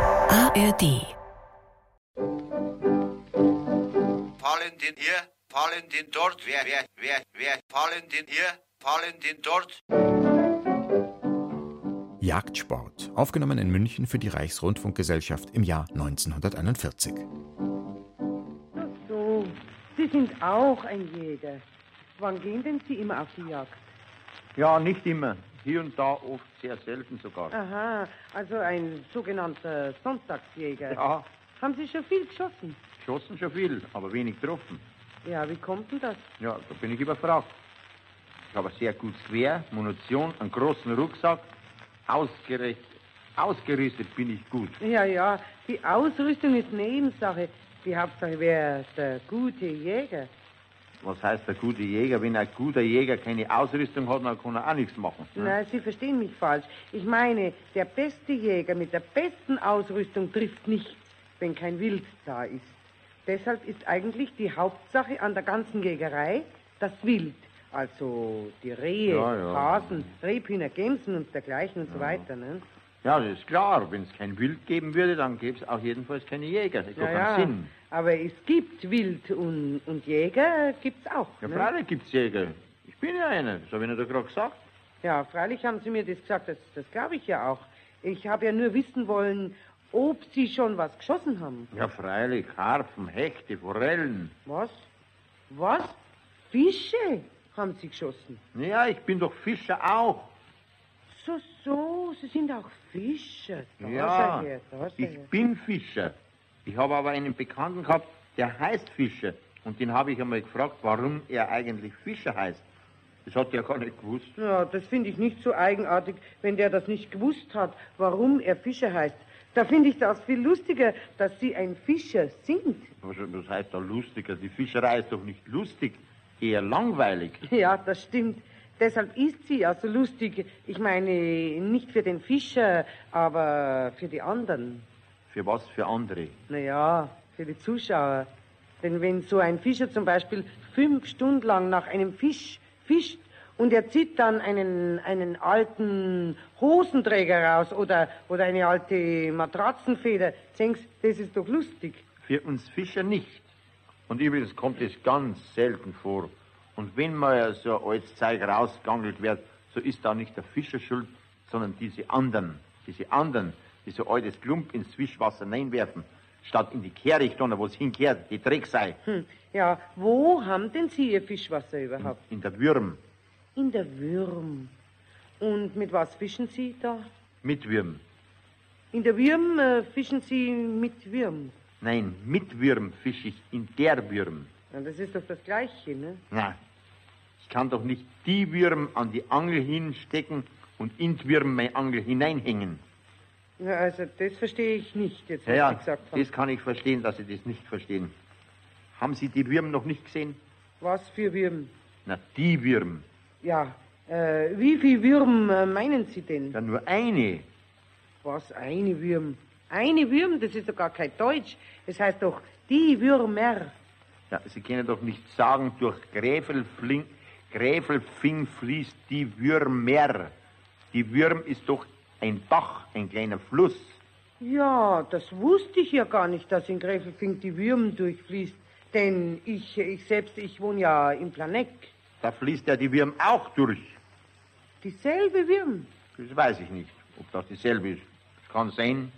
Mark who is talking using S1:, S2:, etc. S1: ARD.
S2: Palentin hier, Palentin dort, wer, wer, wer, wer, Palentin hier, Palentin dort.
S3: Jagdsport, aufgenommen in München für die Reichsrundfunkgesellschaft im Jahr 1941.
S4: Ach so, Sie sind auch ein jeder. Wann gehen denn Sie immer auf die Jagd?
S5: Ja, nicht immer. Hier und da oft sehr selten sogar.
S4: Aha, also ein sogenannter Sonntagsjäger.
S5: Ja,
S4: Haben Sie schon viel geschossen?
S5: schossen schon viel, aber wenig getroffen.
S4: Ja, wie kommt denn das?
S5: Ja, da bin ich überfragt. Ich habe ein sehr gutes Gewehr, Munition, einen großen Rucksack. Ausgerecht, ausgerüstet bin ich gut.
S4: Ja, ja, die Ausrüstung ist Nebensache. Die Hauptsache wäre der gute Jäger.
S5: Was heißt der gute Jäger? Wenn ein guter Jäger keine Ausrüstung hat, dann kann er auch nichts machen. ne?
S4: Na, Sie verstehen mich falsch. Ich meine, der beste Jäger mit der besten Ausrüstung trifft nicht, wenn kein Wild da ist. Deshalb ist eigentlich die Hauptsache an der ganzen Jägerei das Wild. Also die Rehe,
S5: Ja, ja.
S4: Hasen, Rebhühner, Gämsen und dergleichen und so weiter. Ne?
S5: Ja, das ist klar. Wenn es kein Wild geben würde, dann gäbe es auch jedenfalls keine Jäger. Das hat
S4: Ja,
S5: keinen
S4: ja.
S5: Sinn.
S4: Aber es gibt Wild und, und Jäger gibt's auch.
S5: Ja,
S4: ne?
S5: freilich gibt's Jäger. Ich bin ja einer, das habe ich Ihnen da gerade gesagt.
S4: Ja, freilich haben Sie mir das gesagt, das, das glaube ich ja auch. Ich habe ja nur wissen wollen, ob Sie schon was geschossen haben.
S5: Ja, freilich. Harfen, Hechte, Forellen.
S4: Was? Was? Fische haben Sie geschossen?
S5: Ja, ich bin doch Fischer auch.
S4: So, so, Sie sind auch Fischer. Da
S5: ja,
S4: ist er her, da ist er
S5: ich
S4: her.
S5: bin Fischer. Ich habe aber einen Bekannten gehabt, der heißt Fischer. Und den habe ich einmal gefragt, warum er eigentlich Fischer heißt. Das hat er gar nicht gewusst.
S4: Ja, das finde ich nicht so eigenartig, wenn der das nicht gewusst hat, warum er Fischer heißt. Da finde ich das viel lustiger, dass Sie ein Fischer sind.
S5: Was, was Also, heißt da lustiger? Die Fischerei ist doch nicht lustig, eher langweilig.
S4: Ja, das stimmt. Deshalb ist sie ja so lustig. Ich meine, nicht für den Fischer, aber für die anderen.
S5: Für was für andere?
S4: Naja, für die Zuschauer. Denn wenn so ein Fischer zum Beispiel fünf Stunden lang nach einem Fisch fischt und er zieht dann einen, einen alten Hosenträger raus oder, oder eine alte Matratzenfeder, denkst das ist doch lustig.
S5: Für uns Fischer nicht. Und übrigens kommt es ganz selten vor. Und wenn mal ja so ein altes Zeug rausgangelt wird, so ist da nicht der Fischer schuld, sondern diese anderen, diese anderen, die so altes Klump ins Fischwasser hineinwerfen, statt in die Kehrrichtung, wo es hinkehrt, die Dreck sei,
S4: Hm. Ja, wo haben denn Sie Ihr Fischwasser überhaupt?
S5: in der Würm,
S4: In der Würm. Und mit was fischen Sie da?
S5: mit Würm.
S4: In der Würm äh, fischen Sie mit Würm.
S5: Nein, mit Würm fisch ich in der Würm.
S4: Ja, das ist doch das Gleiche, ne?
S5: Na, ich kann doch nicht die Würm an die Angel hinstecken und in die Würm meine Angel hineinhängen.
S4: Ja, also das verstehe ich nicht jetzt,
S5: Ja,
S4: was
S5: ja,
S4: Sie gesagt haben.
S5: das kann ich verstehen, dass Sie das nicht verstehen. Haben Sie die Würm noch nicht gesehen?
S4: Was für Würm?
S5: Na, die Würm.
S4: Ja, äh, wie viel Würm äh, meinen Sie denn?
S5: Ja, nur eine.
S4: Was, eine Würm? Eine Würm, das ist doch gar kein Deutsch. Es heißt doch die Würmer.
S5: Ja, Sie können doch nicht sagen, durch Gräfelfling, Gräfelfing fließt die Würmer. Die Würm ist doch ein Bach, ein kleiner Fluss.
S4: Ja, das wusste ich ja gar nicht, dass in Gräfelfing die Würm durchfließt. Denn ich, ich selbst, ich wohne ja im Planeck.
S5: Da fließt ja die Würm auch durch.
S4: Dieselbe Würm.
S5: Das weiß ich nicht, ob das dieselbe ist. Es kann sein.